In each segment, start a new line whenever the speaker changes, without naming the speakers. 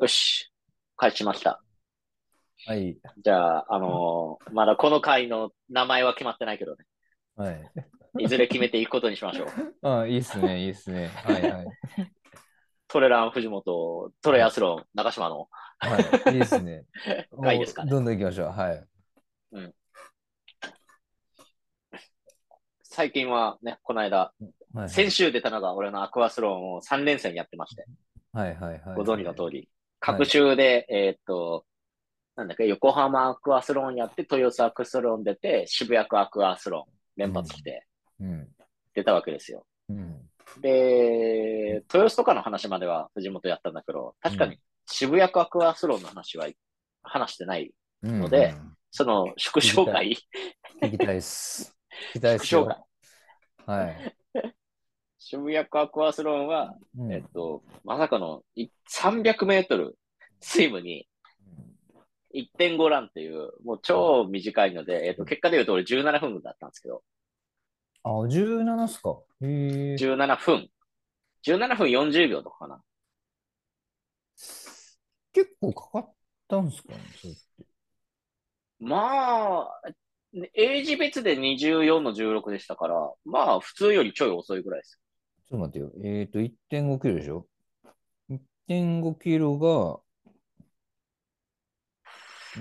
よし。開始しました。
はい。
じゃあ、あのーまだこの回の名前は決まってないけどね。
はい。
いずれ決めていくことにしましょう。
ああ、いいっすね、いいっすね。はいはい。
トレラン藤本、トレアスロン、中島の。
はい、いいっ すね。も
がいいですかね
うどんどん行きましょう。はい。
最近はね、この間、
はい、
先週出たのが俺のアクアスロンを3連戦やってまして、
はいはいはい。
ご存知の通り。各週で、えーっと、なんだっけ、横浜アクアスロンやって、豊洲アクアスロン出て、渋谷区アクアスロン連発来て
うん。
出たわけですよ。
うん。
で、豊洲とかの話までは藤本やったんだけど、確か
う
に渋谷区アクアスロンの話は話してない。
うん
ので、その祝勝会、
うん行きたいっす。行きたいっ
祝
す
勝
よ
会。。
はい。
渋谷区アクアスロンは、
うん
えっと、まさかのい300メートルスイムに1.5ランっていう、もう超短いので、えっと、結果で言うと俺17分だったんですけど、
あ、17っすか。へえ。
17分。17分40秒とかかな。
結構かかったんすかね。それ
まあ、エイジ別で24の16でしたから、まあ普通よりちょい遅いぐらいです。
ちょっと待ってよ。えっ、と、1.5キロでしょ ?1.5 キロが、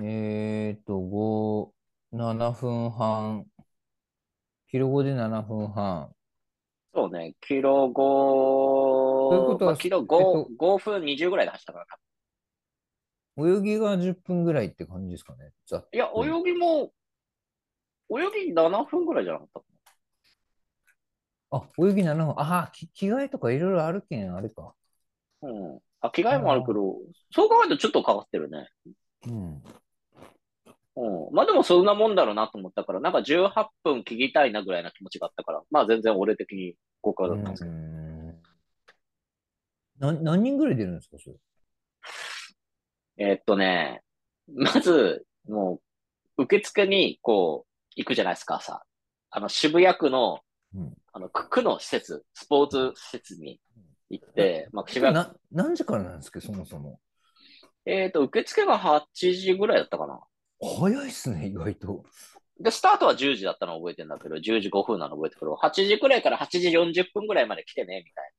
えっ、と、5、7分半。キロ5で7分半。
そうね、キロ
というこ
5、
と
ま
は
あ、キロ
えっ
5、5分20ぐらいで走ったからな。
泳ぎが10分ぐらいって感じですかね。ざっ
いや、
うん
泳ぎも、泳ぎ7分ぐらいじゃなかったかな
あ、泳ぎ7分。あー、き着替えとかいろいろあるけん、あれか。
うん。あ、着替えもあるけど、そう考えるとちょっとかかってるね。
うん。
うん。まあでもそんなもんだろうなと思ったから、なんか18分聞きたいなぐらいな気持ちがあったから、まあ全然俺的に合格だったんですけど。
うんな何人ぐらい出るんですか、それ。
えーっとね、まず、もう、受付にこう、行くじゃないですか、さ。あの、渋谷区の
うん、
あの、区区の施設、スポーツ施設に行って、まあ、渋谷区、
な何時からなんですか、そもそも。
えーっと、受付が8時ぐらいだったかな。
早いっすね、意外と。
で、スタートは10時だったのを覚えてんだけど、10時5分なの覚えてるけど、8時くらいから8時40分くらいまで来てね、みたい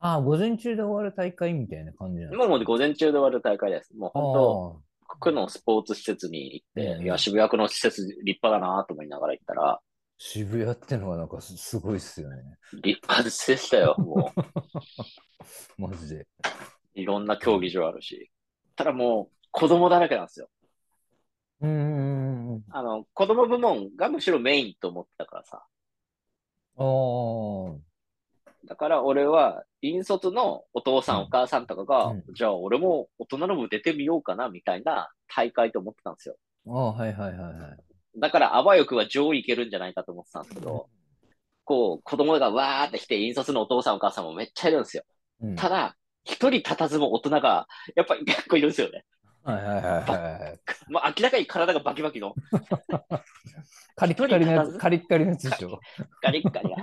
ああ、午前中で終わる大会みたいな感じな
な。もうもう午前中で終わる大会です。もう本当、
当。
区のスポーツ施設に行って、
うん
いや、渋谷区の施設立派だなと思いながら行ったら、
渋谷ってのはなんかすすごいっすよね。
立派でしたよ、もう。
マジで。
いろんな競技場あるし。ただもう、子供だらけなんですよ。
うーん。
あの、子供部門がむしろメインと思ってたからさ。
ああ。
だから俺は、引率のお父さん、
うん
お母さんとかが、
うん
じゃあ俺も大人の部出てみようかな、みたいな大会と思ってたんですよ。
ああ、はいはいはいはい。
だから、あわよくは上位いけるんじゃないかと思ってたんですけど、こう、子供がわーって来て、引率のお父さんお母さんもめっちゃいるんですよ。
うん
ただ、一人立たずも大人が、やっぱり結構いるんですよね。
はいはいはいはいはい。
もう明らかに体がバキバキの、
カリッカリのや
一人立た
つ、
ず
カリッカリのやつでしょ。
ガリッガリが。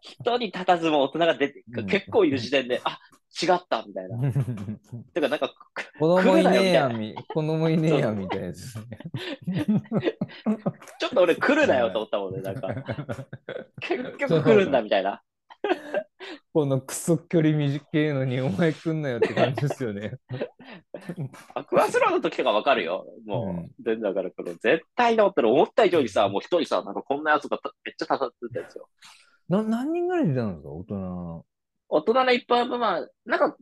一人立たずも大人が出て
う、ん
結構いる時点で、あ、違った、みたいな。てか、なんか、
子供いねえや
来る
み、子供いねえやみたいなやつ。
ちょっと俺来るなよと思ったもんね、なんか、結局来るんだ、みたいな。
このクソ距離短いのにお前来んなよって感じですよね。
アクアスロンの時とかわかるよ。 もう、全然わかるけど、絶対だったら思った以上にさ、もう一人さ、なんかこんなやつがためっちゃたたってたんですよ。
な何人ぐらい出たんですか、大人。
大人の一般部門、なんか、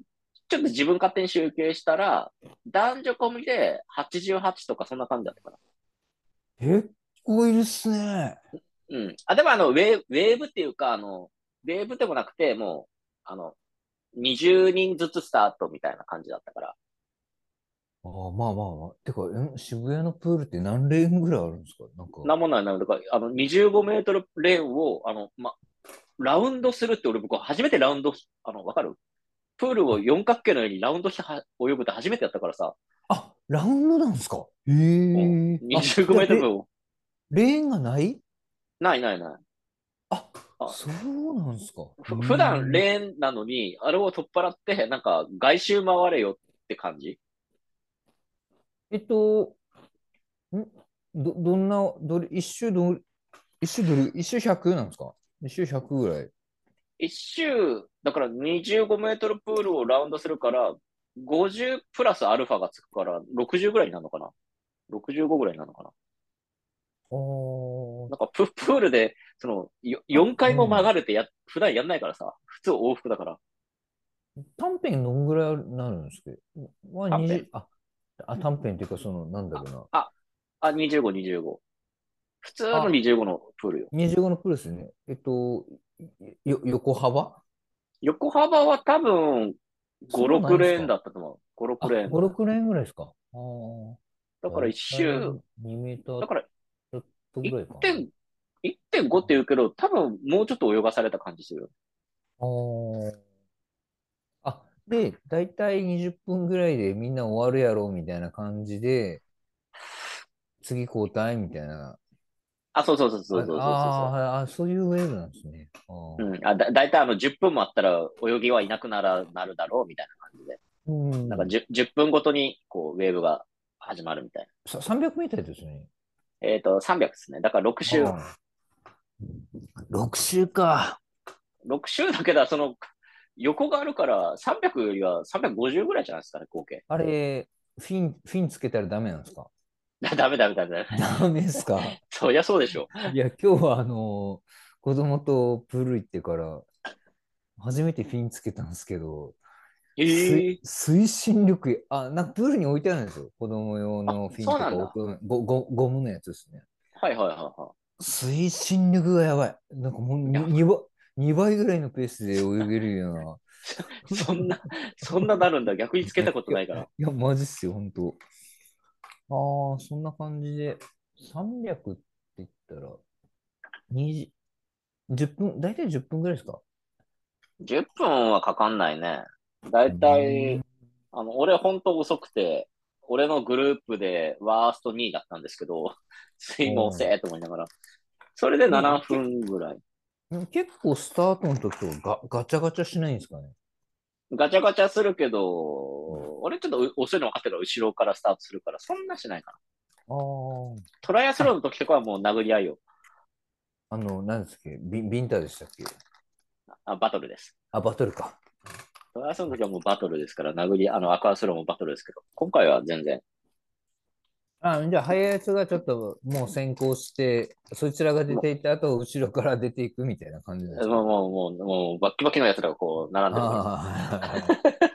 ちょっと自分勝手に集計したら、男女込みで88とかそんな感じだったか
結構いるっすね。
な。うん。あ、でもあの、ウェーウェーブっていうか、あの、ウェーブでもなくて、もう、あの、20人ずつスタートみたいな感じだったから。
ああ、まあまあまあ。てか、ん渋谷のプールって何レーンぐらいあるんですかなんか。
なもんないな。だから、あの、25メートルレーンを、あの、ま、ラウンドするって俺僕は初めてラウンドし、あの、わかるプールを四角形のようにラウンドしては泳ぐって初めてやったからさ、
あ、ラウンドなんですかへえ
ん25メートルを。
レレーンがない
ないないない。
あ
あ
そうなんですか。
ふ普段
ーン。
レーンなのに、あれを取っ払って、なんか外周回れよっって感じ。
えっと、んど、どんな、どれ、一周どれ、一周どれ、一周100なんですか一周100ぐらい。
一周、だから25メートルプールをラウンドするから、50プラスアルファがつくから、60ぐらいになるのかな ?65 ぐらいになるのかな
おー
なんかプ、プールで、その、よ4回も曲がるってや、普段やんないからさ、普通往復だから。
短編どんぐらいになるんですけど、まあ、
短編
20あ、あ、短編っていうか、その、なんだろ
あ、25、25。普通の25のプールよ。
うな。25のプロですね。えっと、よ、横幅
横幅は多分、
そ
5、
うなんですか
6レーンだったと思う。5、
あ、
6レー
5、
ン。
6レーンぐらいですか。あー
だから一周、。
2メーター
だから
ちょっとぐらいかな。
1.5 1.5って言うけど、多分もうちょっと泳がされた感じするよ。
あーあ、で、だいたい20分ぐらいでみんな終わるやろみたいな感じで、次交代みたいな。
あ、そうそうそうそうそうそうそう。
ああー、そういうウェーブなんですね。あー
うん、あだだいたいあの10分もあったら泳ぎはいなくならなるだろうみたいな感じで、
うん
なんか 10, 10分ごとにこうウェーブが始まるみたい
さ300メーターですね。
な。えっ、と、300ですね。だから6周、
あー6周か。
6周だけど、その横があるから300よりは350ぐらいじゃないですかね、合計。
あれ、フィン、フィンつけたらダメなんですか
ダメダメダメダメ。
ダメですか
そりゃそうでしょ。
いや、今日はあのー子供とプール行ってから、初めてフィンつけたんですけど、
え
水推進力、あ、なんかプールに置いてあるんですよ。子供用のフィン
あ
と
そうなんだ
か大人ゴゴゴムのやつですね。
はいはいはいは
推進力がやばい。なんかもう
いや
2, 倍、2倍ぐらいのペースで泳げるような。
い。そんな、そんななるんだ。逆につけたことないから。
いや、マジっすよ、ほんと。ああ、そんな感じで、300って言ったら、20 10分、大体10分ぐらいですか
10分はかかんないね。だいたい、あの、俺本当遅くて、俺のグループでワースト2位だったんですけど、 水門せーと思いながら。それで7分ぐらい。
うん結構スタートの時とかガガチャガチャしないんですかね
ガチャガチャするけど、俺ちょっとう遅いの分かってるから後ろからスタートするから、そんなしないかな。
ああ。
トライアスロンの時とかはもう殴り合いよ。
あの、何ですっけビンビンタでしたっけ
あ、バトルです。
あ、バトルか。
トライアスロンの時はもうバトルですから、殴り、あの、アクアスロンもバトルですけど、今回は全然。
あ、じゃあ、早いやつがちょっともう先行して、そいつらが出ていった後、後ろから出ていくみたいな感じなんですか
もう、もう、もう、もう、バッキバキのやつらがこう、並んでるから。
あ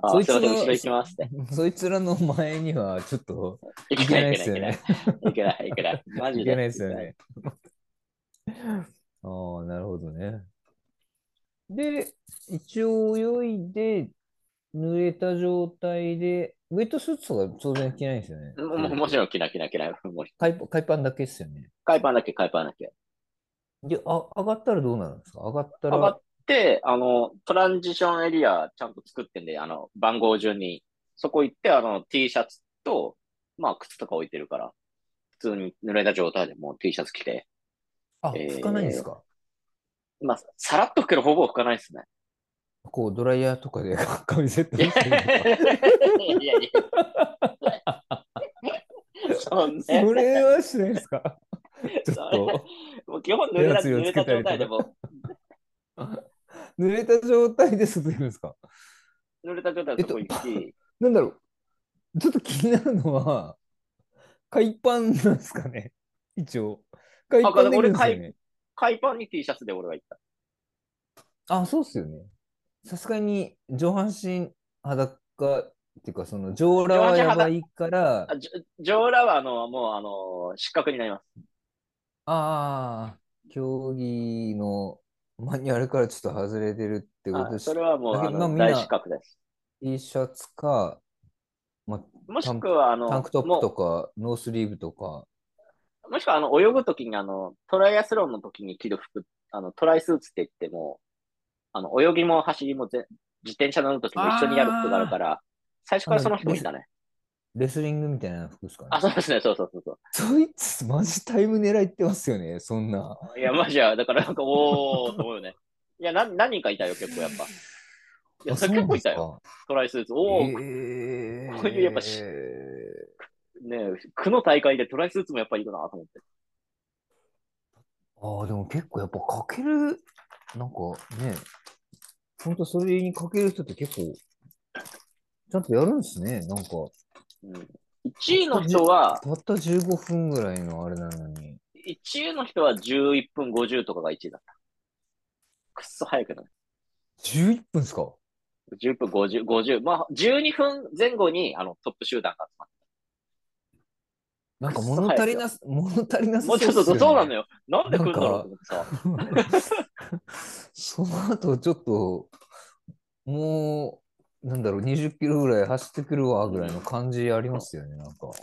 あ
そ
ー、
いつ
すい
の
ません、後ろ行きますって。
あ、 そいつらの前にはちょっと
い
い
け
け
な
ない
い、い
で
け
すよ
ない、
ね。
いけない。いけない、いけない。マジ
い
で。
けないですよね。 ああ、なるほどね。で、一応泳いで、濡れた状態で、ウェットスーツとか当然着ないんですよね。
もももちろん着ない着ない着ない。もう
海パ海パンだけですよね。
海パンだけ海パンだけ。
で、あ、上がったらどうなるんですか上がった
上が
ら
っ、て、あの、トランジションエリアちゃんと作ってんで、あの、番号順に。そこ行って、あの、T シャツと、まあ、靴とか置いてるから、普通に濡れた状態でもう T シャツ着て。
あ、
えー
拭かないんですか
まあ、さらっと拭くけど、ほぼ拭かないです ね。
こう、ドライヤーとかで 髪セット
いや
してる
いやい や。そう
とか。そ
ね。
れはしないですかちょ っと、
もう基本濡れた、
手の
濡
つ
れ
ゆ
た
つけた
状
りとか
態でも、
濡れた状態で外行くんですか
濡れた状態でそこ行き、
なんだろう、ちょっと気になるのは、海パンなんですかね、一応。海パンで行くんですよね。
海パンに T シャツで俺は行った。
あ、そうっすよね。さすがに上半身裸っていうか、その上裸はやばいから、
あ、じょ上裸はあの、もうあの、失格になります。
ああ、競技のマニュアルからちょっと外れてるってこ
は
と
い
で
そ
す
れ。はもう
だけ
あ
ど
の
まあみんな
大失格です。
T シャツか、ま、
もしくはあの、
タンクトッ
も
プ
う
とか、ノースリーブとか。
もしくはあの、泳ぐときにあの、トライアスロンのときに着る服、あの、トライスーツって言っても、あの、泳ぎも走りもぜ自転車乗るときも一緒にやる服があるから、最初からその人もいたね。
レスリングみたいな服ですかね
あ、そうですね、そうそうそうそ
そいつ、マジタイム狙いってますよね、そんな。
う。いや、マジや、だからなんか、おー、と思うよね。いや、な、何人かいたよ、結構やっぱ。いや、それ結構いたよ。
よ。
トライスーツ。
え
おお、
ー
こういうやっぱしねえ区の大会でトライスーツもやっぱりいるなと思って。
ああ、でも結構やっぱかける、なんかね、ほんとそれにかける人って結構、ちゃんとやるんですね。なんか、
うん、1位の人は、
たった15分ぐらいのあれなのに。
1位の人は11分50とかが1位だった。くっそ早くない
11分ですか
?10 分50、50。まあ、12分前後に、あの、トップ集団が集まっ
なんか物足りなす、物足りな
て。
す
もうちょっと、そうなの
よ。
よ。なんで来るんだろうと思ってさ。
その後ちょっと、もう、なんだろう、20キロぐらい走ってくるわ、ぐらいの感じありますよね、なんか。
うん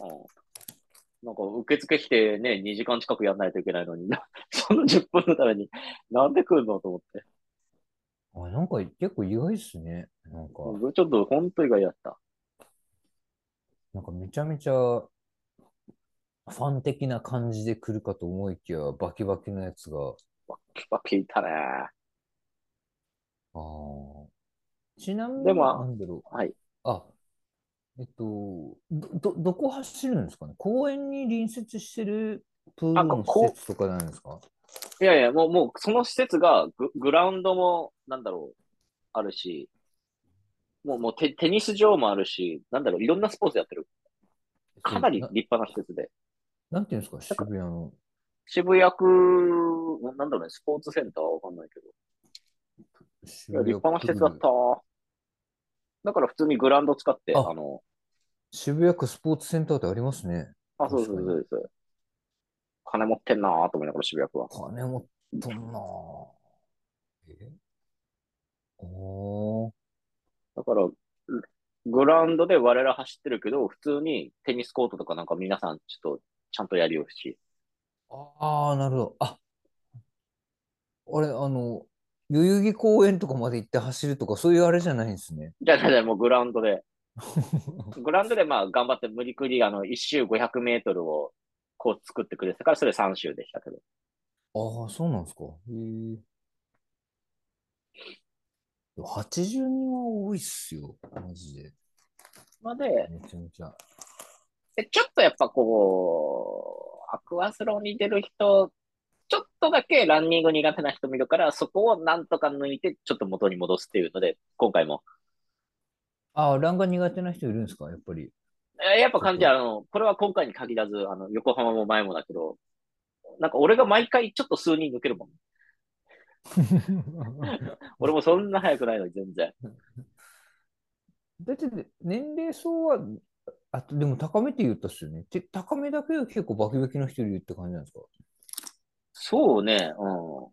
なんか、受付来てね、2時間近くやんないといけないのに、なその10分のために、なんで来るのと思って。
あなんか結構意外っすね。なんか、
ちょっと、本当意外だった。
なんかめちゃめちゃ、ファン的な感じで来るかと思いきや、バキバキのやつが、
バキいたね。
あーちなみに、
でも
なんだろう。
はい。
あ、えっと、ど、ど、どこ走るんですかね公園に隣接してるプールの施設とかなんですか
いやいや、もう、もう、その施設がグ、グラウンドも、なんだろう、あるし、もう、もうテ、テニス場もあるし、なんだろう、いろんなスポーツやってる。かなり
な
立、派な施設で。
なんていうんですか渋谷の。
渋谷区、なんだろうね、スポーツセンターはわかんないけど。い
渋
や、
谷
立派な施設だっ
プー
た。だから普通にグラウンド使って、
あ
あの、
ル渋谷区スポーツセンターってありますね。
あ、そうそうそうそう。金持ってんなぁと思いながら渋谷区は。
金持っとんなぁえおー。
だから、グラウンドで我々走ってるけど、普通にテニスコートとかなんか皆さんちょっとちゃんとやりようし。
ああ、なるほど。あ、俺、あの、代々木公園とかまで行って走るとか、そういうあれじゃないんですね。
じゃあ、じゃあじゃあもうグラウンドで。グラウンドでまあ頑張って無理くりあの、1周500メートルをこう作ってくれてたから、それ3周でしたけど。
ああ、そうなんですか。へえ。でも80人は多いっすよ。マジで。
まあで、
めちゃめちゃ。
で、ちょっとやっぱこう、アクアスロンに出る人、ちょっとだけランニング苦手な人もいるから、そこをなんとか抜いて、ちょっと元に戻すっていうので、今回も。
ああ、ランが苦手な人いるんですか、やっぱり。
えやっぱ感じは、あの、これは今回に限らず、あの、横浜も前もだけど、なんか俺が毎回ちょっと数人抜けるもん。俺もそんな早くないのに全然。
だってね、年齢層は、あと、でも高めって言ったっすよね。て高めだけは結構バキバキの人いるって感じなんですか。
そうね、う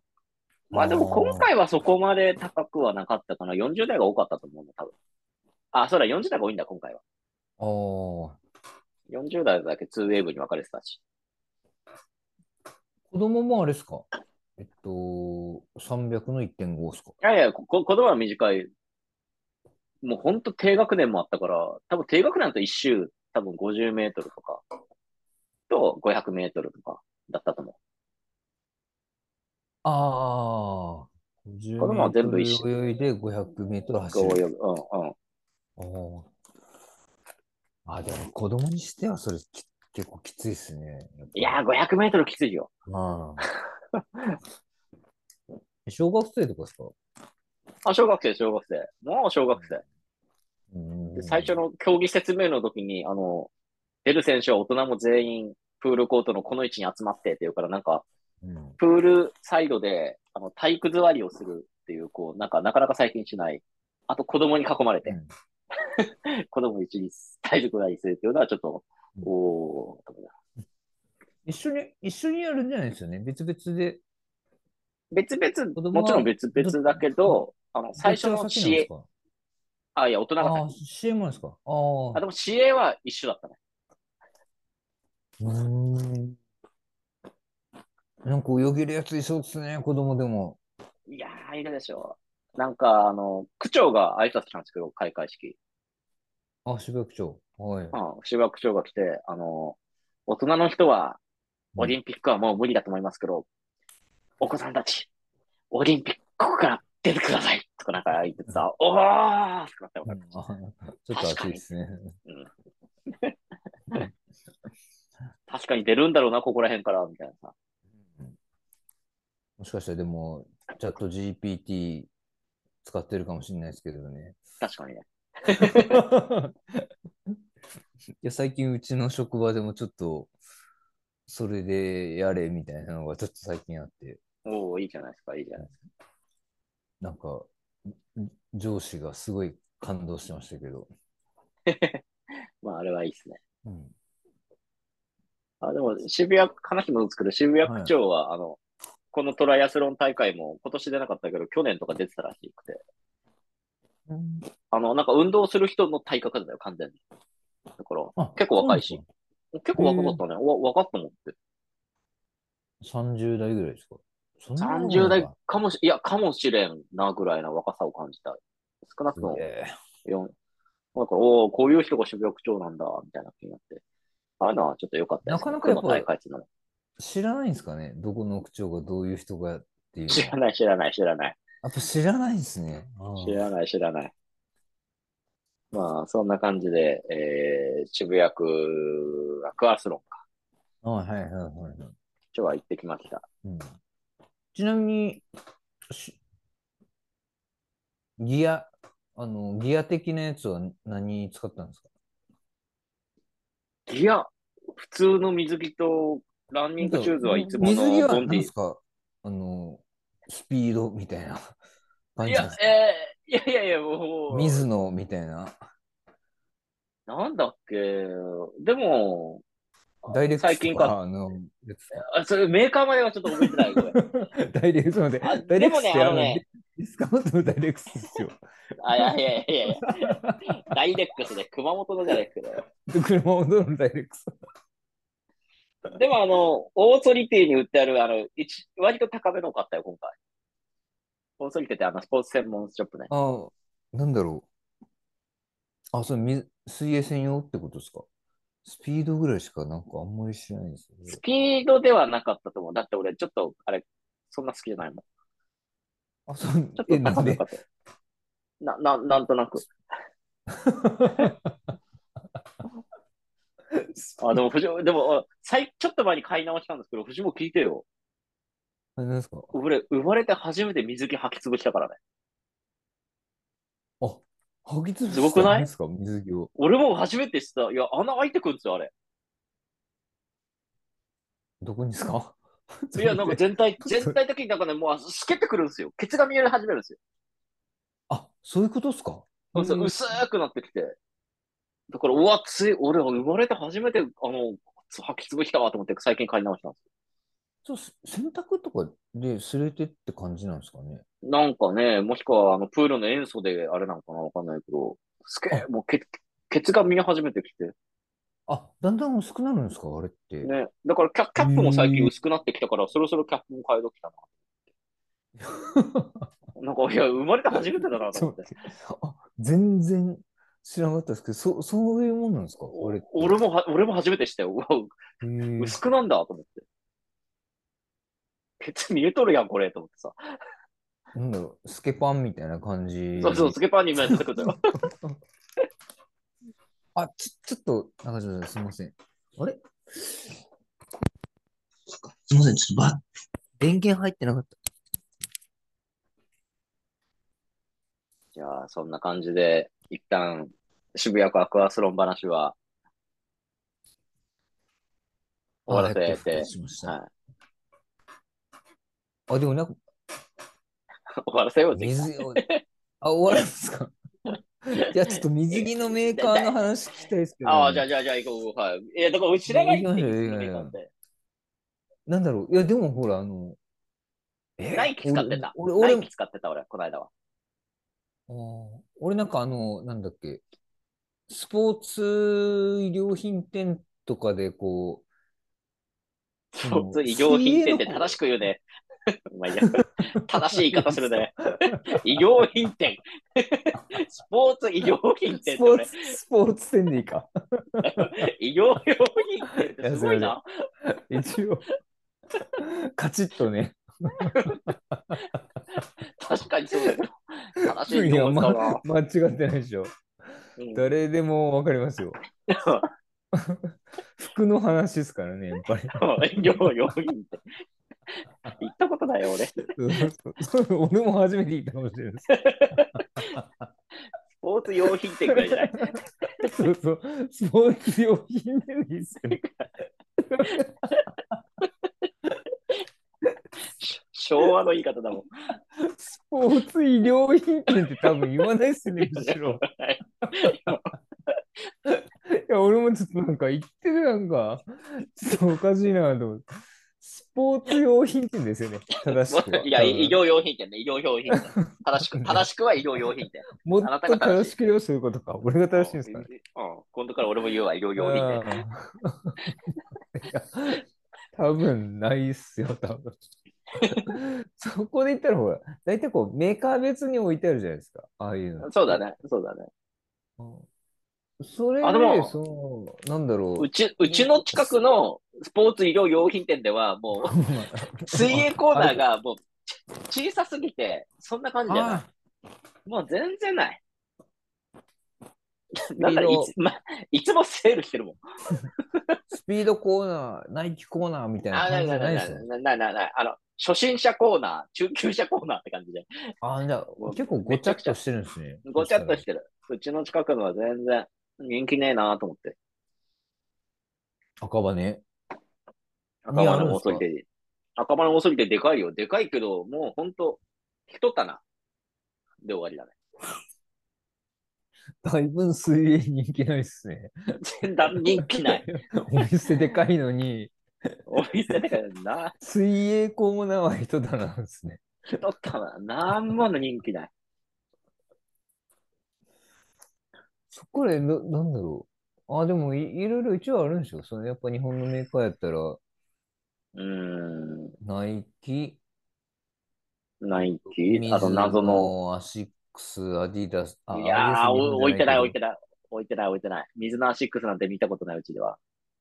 ん。まあでも
あー
今回はそこまで高くはなかったかな。40代が多かったと思うの、多分。あ、そうだ、40代が多いんだ、今回は。
ああ。
40代だけ2ウェーブに分かれてたし。
子供もあれですかえっと、300の1.5ですか
いやいや、こ、こ子供は短い。もうほんと低学年もあったから、多分低学年だと一周、多分50メートルとか、と500メートルとかだったと思
ああ。50
子供は全部一緒
泳いで500メートル
う。
走
こう
る。
泳ぐ。うんうん。
ああ。あ、でも子供にしてはそれき結構きついですね。
いやー、500メートルきついよ。
まあ。 小学生とかですか
あ、小学生、小学生。もう小学生。
うん
で、最初の競技説明の時に、あの、出る選手は大人も全員、プールコートのこの位置に集まってっていうから、なんか、
うん
プールサイドで、あの、体育座りをするっていう、こう、なんか、なかなか最近しない。あと、子供に囲まれて
う。ん
子供一に体力がいいするっていうのはちょっと、
うん
おー
一緒に、一緒にやるんじゃないですよね。別々で。
別々、
子供は
もちろん別々だけど、あの、最初
ど
の
っちが先なんです
CA、
か
あ、いや、大人が
あ
先
あ、CM なんですかあ
あ、
あ。
でも CA は一緒だったね。
うーん。なんか泳げるやついそうですね、子供でも。
いやー、いるでしょう。なんか、あの、区長が挨拶したんですけど、開会式。
あ、渋谷区長。はい。
うん、渋谷区長が来て、あの、大人の人は、オリンピックはもう無理だと思いますけど、お子さんたち、オリンピックから出てくださいとかなんか言ってさ、おーとかって
う
俺
んあちょっと熱いですね。
確かに出るんだろうな、ここら辺から、みたいなさ。
うんもしかしたらでも、チャット GPT 使ってるかもしれないですけどね。
確かにね。
いや最近うちの職場でもちょっと、それでやれみたいなのがちょっと最近あって、
おおいいじゃないですか、いいじゃないですか。
なんか、ん上司がすごい感動してましたけど。
まあ、あれはいいですね。
うん、
あ、でも、渋谷、話もですけど、渋谷区長は、あの、このトライアスロン大会も今年出なかったけど、去年とか出てたらしくて。あの、なんか運動する人の体格なんだよ、完全に。だから、
あ
結構若いし。結構若かったね。わ若っと思って。
そうなんですか。30代ぐらいですか。そんなもん
30代
か
かもし、いや、かもしれんなぐらいな若さを感じた。少なくとも
え
4。なんか、おおこういう人が渋谷区長なんだ、みたいな気になって。あれな、ちょっと良かったですね。
なかなかやっぱ
この大会っていうのも
え知らないんですかねどこの区長がどういう人がっていうの。
知らない、知らない、知らない。
やっぱ知らないですね。
知らない、知らない。まあ、そんな感じで、えー、渋谷区アクアスロンか。
あはいはいはいはい。
今日は行ってきました。
うんちなみに、しギア、あの、ギア的なやつは何使ったんですか
いや、普通の水着とランニングシューズはいつも
水着
の
は
ボンデ
何
ィ
で。すかあの、スピードみたいな感
い
じなん
や
です、
えー、いやいやいや、も
か
う、
水野みたいな。
なんだっけ、でも、
ダイレクト
最近
と
か、
かのやつ
あそれメーカーまではちょっと覚えてない、これ。
か。ダイレクトまで。
あ
ダイレクト
でも
って
ねあの
デ
ね
ィスカウントのダイレクトですよ。
あ、いやいやいやいや、ダイレックスで、熊本のダイレックスで。
車を乗るダイレクト。
でも、あの、オーソリティに売ってある、あの、一割と高めのを買ったよ、今回。オーソリティってあの、スポーツ専門ショップね。
ああ、なんだろう。あ、それ水、水泳専用ってことですか。スピードぐらいしかなんかあんまり知らないです
ス
ね。
ピードではなかったと思う。だって俺、ちょっと、あれ、そんな好きじゃないもん。
あ、そう、
ちょっ
え、
と
なん
高め
で
かと。な、な、なんとなく。
ス
あ、でも、藤でも、あ最、ちょっと前に買い直したんですけど、藤も聞いてよ。
あれなんですか。
俺、生まれて初めて水着履き潰したからね。
あ、履き潰
すごくない
したんですか、水着を。
俺も初めて知った。いや、穴開いてくんですよ、あれ。
どこにですか
いや、なんか全体、
それ
全体的になんかね、もう、透けてくるんですよ。ケツが見え始めるんですよ。
あ、そういうことですか。
そうそう
うん
薄くなってきて。だから、うわ、つい、俺は生まれて初めて、あの、つ履き潰したわと思って、最近買い直したんです
そう、す洗濯とかですれてって感じなんですかね。
よ。なんかね、もしくは、あの、プールの塩素で、あれなのかなわかんないけど、すげえ、もうケ、ケツが見え始めてきて。
あ、だんだん薄くなるんですか、あれって。
ね。だからキャ、キャップも最近薄くなってきたから、そろそろキャップも変えときた な。なんか、いや、生まれて初めてだなと思って。
あ、全然知らなかったですけど、そ、そういうもんなんですか、あれって。
俺もは、俺も初めてしたよ。うわ、
へー
薄くなんだと思って。ケツ見えとるやん、これ、と思ってさ。
なんだろう、スケパンみたいな感じ。
そうそう、スケパーに今やってくる よ。
あ、ちょ、ちょっと、中島さん、すみません。あれすみません、ちょっとば、電源入ってなかった。
じゃあ、そんな感じで、一旦、渋谷区アクアスロン話は終わらせて、
しました。
は
あ、でもなんか、
い、終わらせようぜ。
水を、あ、終わるんで すかいや、ちょっと水着のメーカーの話聞きたいですけど、
ああ、じゃあ、じゃあ、じゃあ、行こう。はい。いや、だから、知らないって言ってんですよ
行きましょう行きましょなんだろう、いや、でもほら、あの、え
ナイキ使ってた。
俺、俺、
ナイ
俺
キ使ってた、俺、この間は。
あー俺なんかあの、なんだっけ、スポーツ衣料品店とかでこう、そ
スポー
の
ツ医療品店って
水泳の
正しく言うね。まあいいや正しい言い方するね。医療品店。スポーツ医療品店
ス
って
ポー
俺
ツ、スポーツ店でいいか。
医療用品店ってすごいな。
一応、カチッとね。
確かにそうですよ。正しい
い
と
や、
思った
ま
な。
間違ってないでしょ。
うん
誰でもわかりますよ。服の話ですからね、やっぱり。
ようよう言って。行ったことないよ、俺。ス
そうそう俺も初めて言ったかもしれないです。
ポーツ用品店ぐらいじゃない。
そうそう。スポーツ用品でいいっすよね。
昭和の言い方だもん。
スポーツ医療品店って多分言わないっすね、むしろ。
はい
いや、俺もちょっとなんか言ってるなんか、ちょっとおかしいなと思って。スポーツ用品店ですよね、正しくは。
いや、
多分
医療用品店ね、医療用品店。正しく、正しくは医療用品店。
もっ
あなた
と
が正
正
しい
しく了することか。俺が正しいんですかね。
うん、今度から俺も言うわ、医療用品店。
うんいや多分ないっすよ、多分。そこで言ったらほら、大体こうメーカー別に置いてあるじゃないですか、ああいうの。
そうだね、そうだね。
うん。それ
あで
で、
も
その、なんだろう
う。ち、うちの近くのスポーツ医療用品店では、 もう、水泳コーナーがもう、ち小さすぎて、そんな感じじゃない。
あ
もう全然ない。なんだいつ、 ま、いつもセールしてるもん。
スピードコーナー、ナイキコーナーみたいな
あ、ない
感じじ
ないな
ゃな
いいな
です
い
よね。
ないないないない。あの、初心者コーナー、中級者コーナーって感じで。
あ、じゃあ、結構ごちゃっとしてるんですね。。
ごちゃっとしててる。うちの近くのは全然人気ねえなと思って。
赤羽ね。
赤
に
羽
あるん
の
で
大
すか
そりで。赤羽の大そりででかいよ。でかいけど、もうほんと、一棚で終わりだね。
だいぶ水泳人気ないっすね。
全然人気ない。
お店でかいのに、
お店だからな、
水泳コーナーは人だなんですね。
一棚、なんもの人気ない。
そこで、な、なんだろう。あ、でもい、いろいろ一応あるんでしょ。そのやっぱ日本のメーカーやったら、
うーん、
ナイキ、
ナイキ
ミ、
あと
ズ
謎の。
ノ、アシックス、アディダス、あ、
い
アディダ
やー、
ス
お置いてない、置いて
ない
ない。置いてない、置いてない。水のアシックスなんて見たことない、うちでは。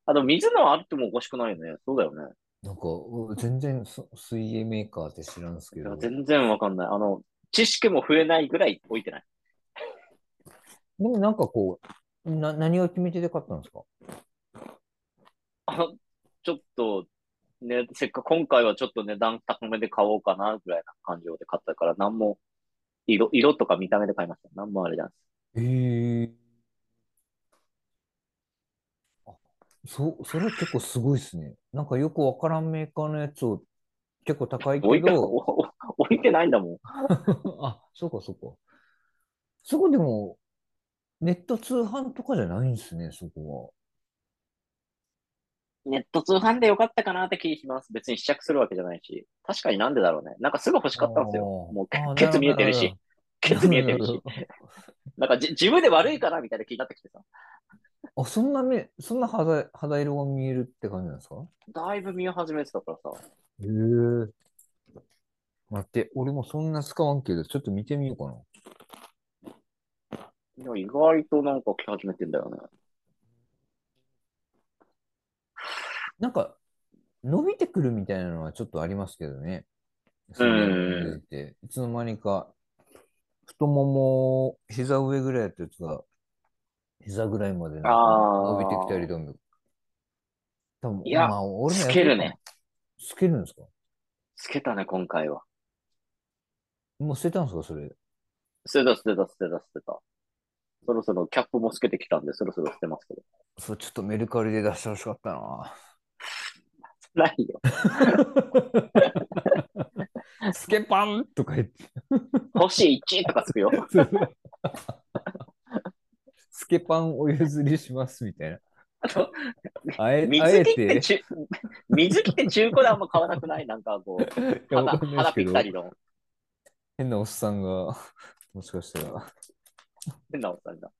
あと、水のあってもおかしくないよね。そうだよね。
けど。なんか、う全然そ水泳メーカーって知らんすけ
いや
ど。
全然わかんない。あの、知識も増えないぐらい置いてない。
でもなんかこう、な、何を決め手で買ったんですか
あの、ちょっと、ね、せっかく今回はちょっと値段高めで買おうかな、ぐらいな感情で買ったから、なんも、色、色とか見た目で買いました。なんもあれじゃん。
ええあ、そ、それ結構すごいですね。なんかよくわからんメーカーのやつを結構高いけ
置いて、
ど、
おお置いてないんだもん。
あ、そうかそうか。そこでも、ネット通販とかじゃないんですね、そこ
ネット通販でよかったかなって気します。別に試着するわけじゃないし。確かになんでだろうね。なんかすぐ欲し
は。
かったんですよ。もう
あーあー
ケ
な
ツ見え
るほど
てるし。ケツ見えてる
なる
し
ほ。ど
なんかじ自分で悪いかなみたいな気になってきてさ。
あ、そんな目、そんな肌、肌色が見えるって感じなんですか
だいぶ見え始めてたからさ。
ええ待って、俺もそんな使わんけど、ちょっと見てみようかな。
いや、意外となんか来始めてんだよね。
なんか、伸びてくるみたいなのはちょっとありますけどね。
うんうんうん
ていつの間にか、太もも、膝上ぐらいやったやつが、膝ぐらいまでなんか
あ
伸
ー
びてきたりとも。多分
いや
まあ、俺もや
透
って
けるね。
透けるんですか
つけたね、今回は。
もう捨てたんですか、それ。
捨てた、捨てた、捨てた、捨てた。そろそろキャップもつけてきたんで、そろそろ捨てますけど。
そう、ちょっとメルカリで出してほしかったな。
ないよ。
透けパンとか言って。
星1とかつくよ。
透けパンお譲りしますみたいな。
あと、
あ えあ
水
え
着って
て、
中、水着って中古であんま買わなくないなんかこう、
いや
肌、
わかんな
肌
いですけ
ぴ
ど
ったりの。
変なおっさんが、もしかしたら。
変なおっさんが。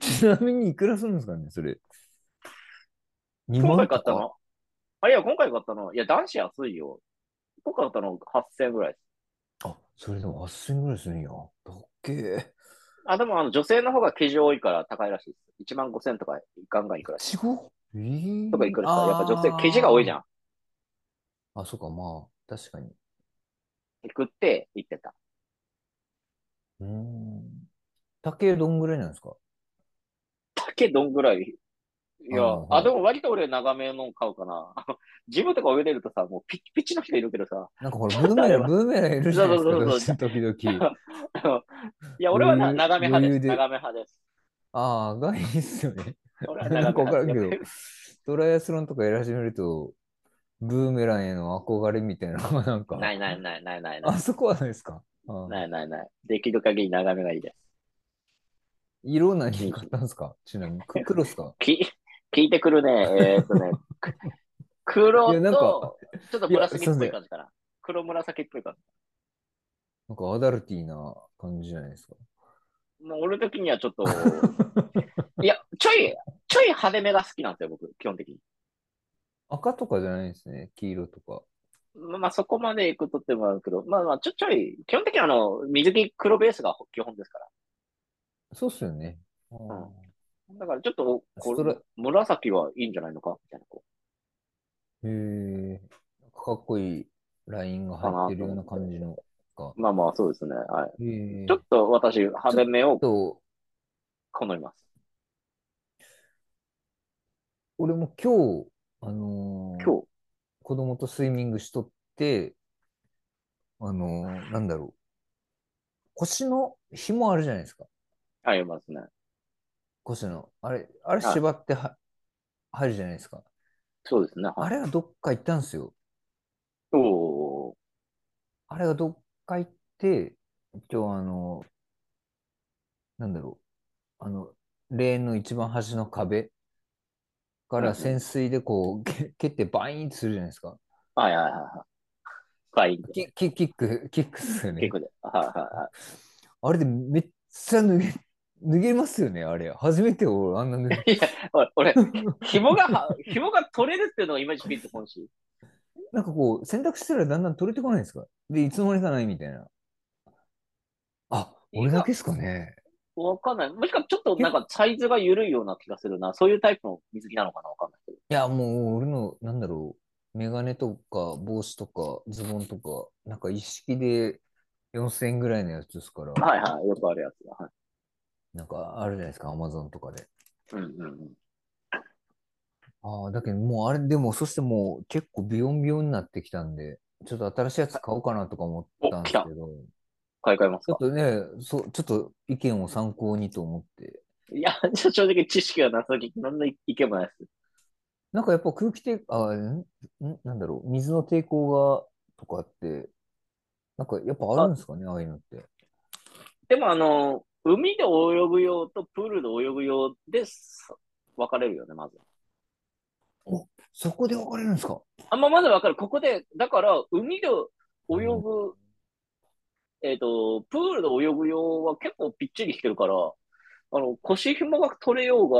ちなみにいくらするんですかね、それ。2
今
万
回
と
買っ
か
たのあ、いや、今回買ったの。いや、男子安いよ。今回買ったの8000円ぐらいです。
あ、それでも8000ぐらいするんや。だっけ。
あ、でもあの女性の方が生地多いから高いらしいです。1万5000とかガンガンいくらしい。
ちごえー、
とかいくらさ、やっぱ女性、
あー
生地が多いじゃん。。
あ、そうか、まあ、確かに。
行くって言ってた。
うん。竹どんぐらいなんですか
竹どんぐらいいや
あー、
あ、でも割と俺長めの買うかな。 あのジムとか植えてるとさ、もうピッチピチの人いるけどさ。
なんかほら、ブー メラン、ブーメランいるじゃない
そう
ですか、
そうそうそう
どうして時々。
あの いや、俺はな
余
長め
裕
派です。
余裕で
長め派です。
ああ、がいいっすよね。
俺は長め
なんかわから
派
ん
で
け
す
ど、トライアスロンとかやり始めると、ブーメランへの憧れみたいなのが なんか、
ないないないないないな
あ
い。
そこはないですかああ
ないないない。できる限り長めがいいです。
色何買ったんですかちなみに、く黒っすか
き聞いてくるね。えーっと ね、く黒
いやなんか
と、ちょっと紫っぽ
い
い
や
感じかな。黒紫っぽい感
なんかアダルティーな感じじゃないですか。
じ。もう俺的にはちょ っと、いや、ちょい、ちょい派手めが好きなんですよ、僕、基本的に。
赤とかじゃないんですね、黄色とか。
まあまあ、そこまで行くとってもあるけど、まあまあ、ちょ、ちょい、基本的にはあの、水着黒ベースが基本ですから。
そうっすよね。あ
ん
あ
だからちょっと、こ
それ
れ、紫はいいんじゃないのかみたいな、こ
へえ、かっこいいラインが入ってるような感じのが
う。。まあまあ、そうですね。はい。
へえ、
ちょっと私、派手めを
と、
好みます。
俺も今日、あのー
今日。
子供とスイミングしとって、あのーなんだろう。腰の紐あるじゃないですか。
ありますね。
腰の。あれ、あれ
はい
縛っては入るじゃないですか。
そうですね。はい
あれがどっか行ったんですよ。
おー
あれがどっか行って、今日あの、なんだろう、あの、レーンの一番端の壁
う
か
んう
ら
ん
潜水でこう、け蹴ってバイーンってするじゃないですか。
はいはいはいはい。バインで。
キキキック、キックっすよね
結。構で。はいはいはい。
あれでめっちゃ脱げ、脱げますよね、あれ。初めて俺、あんな脱 げ。
いや、おい俺、紐がは、紐が取れるっていうのがいまいちピンとこんし。
なんかこう、選択してたらだんだん取れてこないんですかで、いつの間にかないみたいな。あ、俺だけっすかね。
わかんない。もしかちょっとなんかサイズが緩いような気がするな。そういうタイプの水着なのかなわかんないけど。
いや、もう俺の、なんだろう、メガネとか帽子とかズボンとか、なんか一式で4000円ぐらいのやつですから、
はいはい。よくあるやつだ。はい。
なんかあるじゃないですか、アマゾンとかで。
うんうんうん。
ああ、だけどもうあれ、でも、そしてもう結構ビヨンビヨンになってきたんで、ちょっと新しいやつ買おうかなとか思ったんですけど、
買い替えます
ちょ
か
っとね、そう、ちょっと意見を参考にと思って、
いや、ちょ正直知識がなさすぎて、なんのいけもないです。
なんかやっぱ空気抵抗、あ、んんなんだろう、水の抵抗が、とかって、なんかやっぱあるんですかね、ああいうのって。
でも、あの、海で泳ぐ用とプールで泳ぐ用です。分かれるよね、まず。
そこで分かれるんですか
あんまあまだ分かる。ここで、だから、海で泳ぐ、えっ、と、プールで泳ぐ用は結構ぴっちりしてるから、あの、腰紐が取れようが、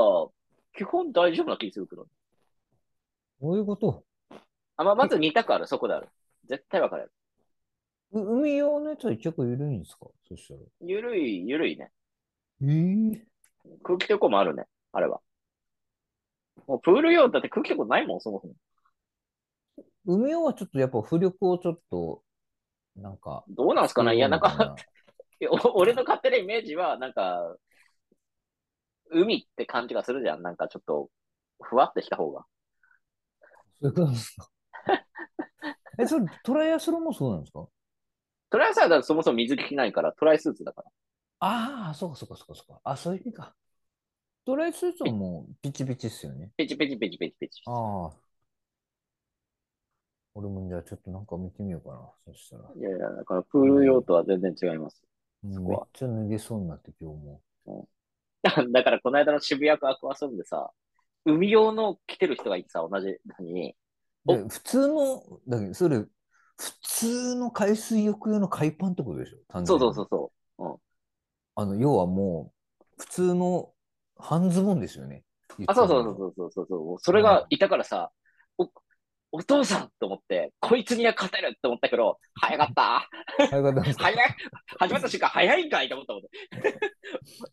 基本大丈夫な気するけど。
どういうこと
あ、まあ、まず2択ある、そこである。絶対分かれる。
う海用のやつは結構緩いんですかそしたら。
ゆるい、ゆるいね。
ええ
空気抵抗もあるね、あれは。もうプール用だって空気抵抗ないもん、そもそも。
海用はちょっとやっぱ浮力をちょっと、なんか、
どうなんすかねいや、なん
必要
か、
のか
いやお俺の勝手なイメージは、なんか、海って感じがするじゃん。なんかちょっと、ふわってした方が。
そういうことなんですか え、それトライアスロンもそうなんですか
トライアスはだからそもそも水着着ないから、トライスーツだから。
ああ、そうかそうかそうかそうか。あ、そういう意味か。トライスーツはもうピチピチっすよね。
ペチペチペチペチペチ。
ああ。俺もじゃあちょっとなんか見てみようかな。そしたら。
いやいや、だからプール用とは全然違います。
うん
こ
めっ
は
ちゃ脱げそうになって今日も。
だからこの間の渋谷区アクアソンでさ、海用の着てる人がいてさ、同じのに、お
で普通の、だけど、それ、普通の海水浴用の海パンってことでしょ単
そう
純に
そうそうそう。
あの、要はもう、普通の半ズボンですよね。
あ、そうそうそうそうそうそう。それがいたからさ、お、お父さんと思って、こいつには勝てるって思ったけど、早かった。
そう。早かったんですか
早い。始まった瞬間早いんかいと思ったもんね。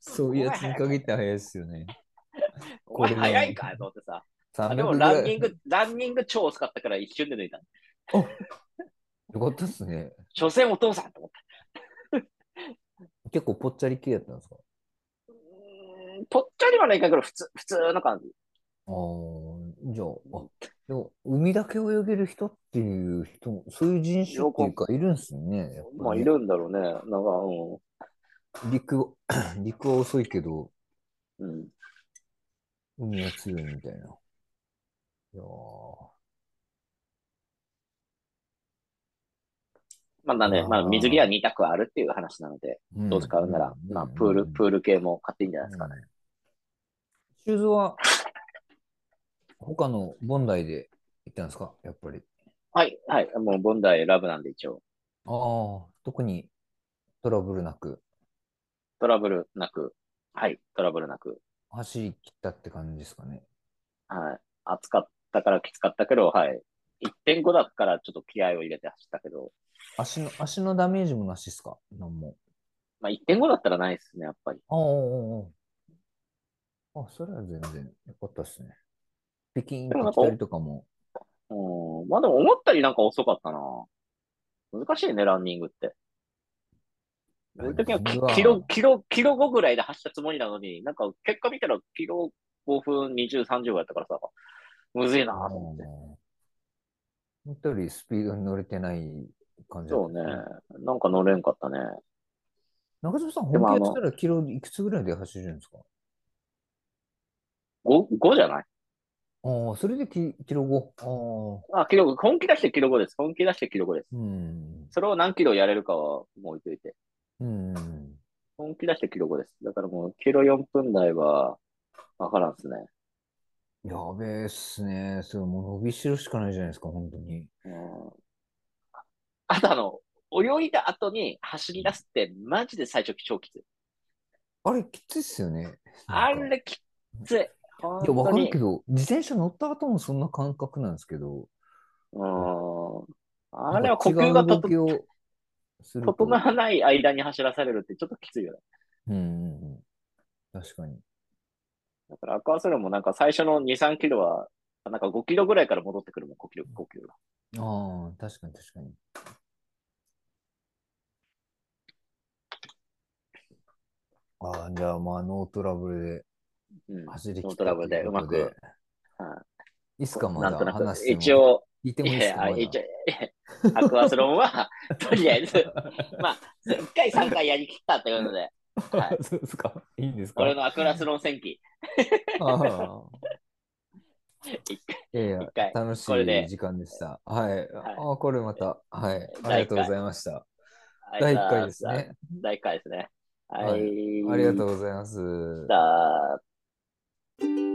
そういうやつに限って早いですよね。
お前
これは
早いんかいと思ってさ。あ
300
でも
ぐらい
ランニング、ランニング超遅かったから一瞬で抜いた。
よかったっすね。
所詮お父さんと思っ
結構ぽっちゃり系やったんですか
うんぽっちゃりはないけど、普通、普通の感じ。
ああ、じゃあ、あ、でも、海だけ泳げる人っていう人も、そういう人種っていうか、いるんすね。やっぱり
まあ、いるんだろうね。なんか、う
陸 を、陸は遅いけど、
ん。うん。
海は強いみたいな。いやー
まあ、なんで、
あー
まあ、水着は2択あるっていう話なので、
うん
どう使うなら、
ん
まあ、プール、プール系も買っていいんじゃないですかね。
ね。シューズは、他のボンダイで行ったんですかやっぱり。
はい、はい。もう、ボンダイラブなんで一応、
ああ、特にトラブルなく、
トラブルなく、はい、トラブルなく、
走り切ったって感じですかね。
はい。暑かったからきつかったけど、はい。1.5だからちょっと気合を入れて走ったけど、
足の、足のダメージもなしですかなんも。
まあ、1.5だったらないですね、やっぱり。
ああ、ああ、ああ。それは全然よかったですね。北京行ったりとかも。
うん。まあ、でも思ったよりなんか遅かったな。難しいね、ランニングって。その時は
ランニン
き
グ
キ
は
ロ、キロ、キロ5ぐらいで走ったつもりなのに、なんか結果見たらキロ5分20、30やったからさ、むずいなと思って。
本当よりスピードに乗れてない感じだっ
そ
た
うんね
です。
なんか乗れんかったね。
中島さん、
で
本
も
気
あ
や
の
ったらキロいくつぐらいで走れるんですか
5、5じゃない
ああ、それでキ、キロ5。あ
あ、キロ、本気出してキロ5です。本気出してキロ5です。
あ、うん。
それを何キロやれるかはもう置いといて。
うん。
本気出してキロ5です。だからもうキロ4分台は、わからんっすね。
やべえっすね。それもう伸びしろしかないじゃないですか、本当に。
うんあとあの、泳いだ後に走り出すって、マジで最初超きつい。
あれ、きついっすよね。
あ
なんか
れきっつい。
いや、わ
本
か
当
る
に
け。ど、自転車乗った後もそんな感覚なんですけど、
うん。あ
なん
れ
か
は呼
違
吸
う
が
動
と
きをすると。
整わない間に走らされるってちょっときついよね。
うんうんうん。確かに。
だからアクアスラもなんか最初の2、3キロは、なんか5キロぐらいから戻ってくるもん、5キロ、5キロが。
ああ、確かに確かに。ああ、じゃあまあ、ノートラブルで
うん。
走
ノ
り
ー
切っ
ト
た
ラブルで
といううこ
ま
と
く。
で。
はい
つかま
なんと
だ
な
話
く、
し
一
ても
応、
聞いても
い
いいですか
や、
まだ
一応、アクアスロンは、 とりあえず、まあ、1回3回やりきったということで、はい
そうですかいいんですか
俺のアクアスロン戦記、
ああ
一
いやいや
一回
楽し
これで
い時間でした。はい。ああ、これまた。はい。ありがとうございました。
は
第
い
1回です。ね。
第1回ですね。は
はい
い。
ありがと
う
うございます。
ございました。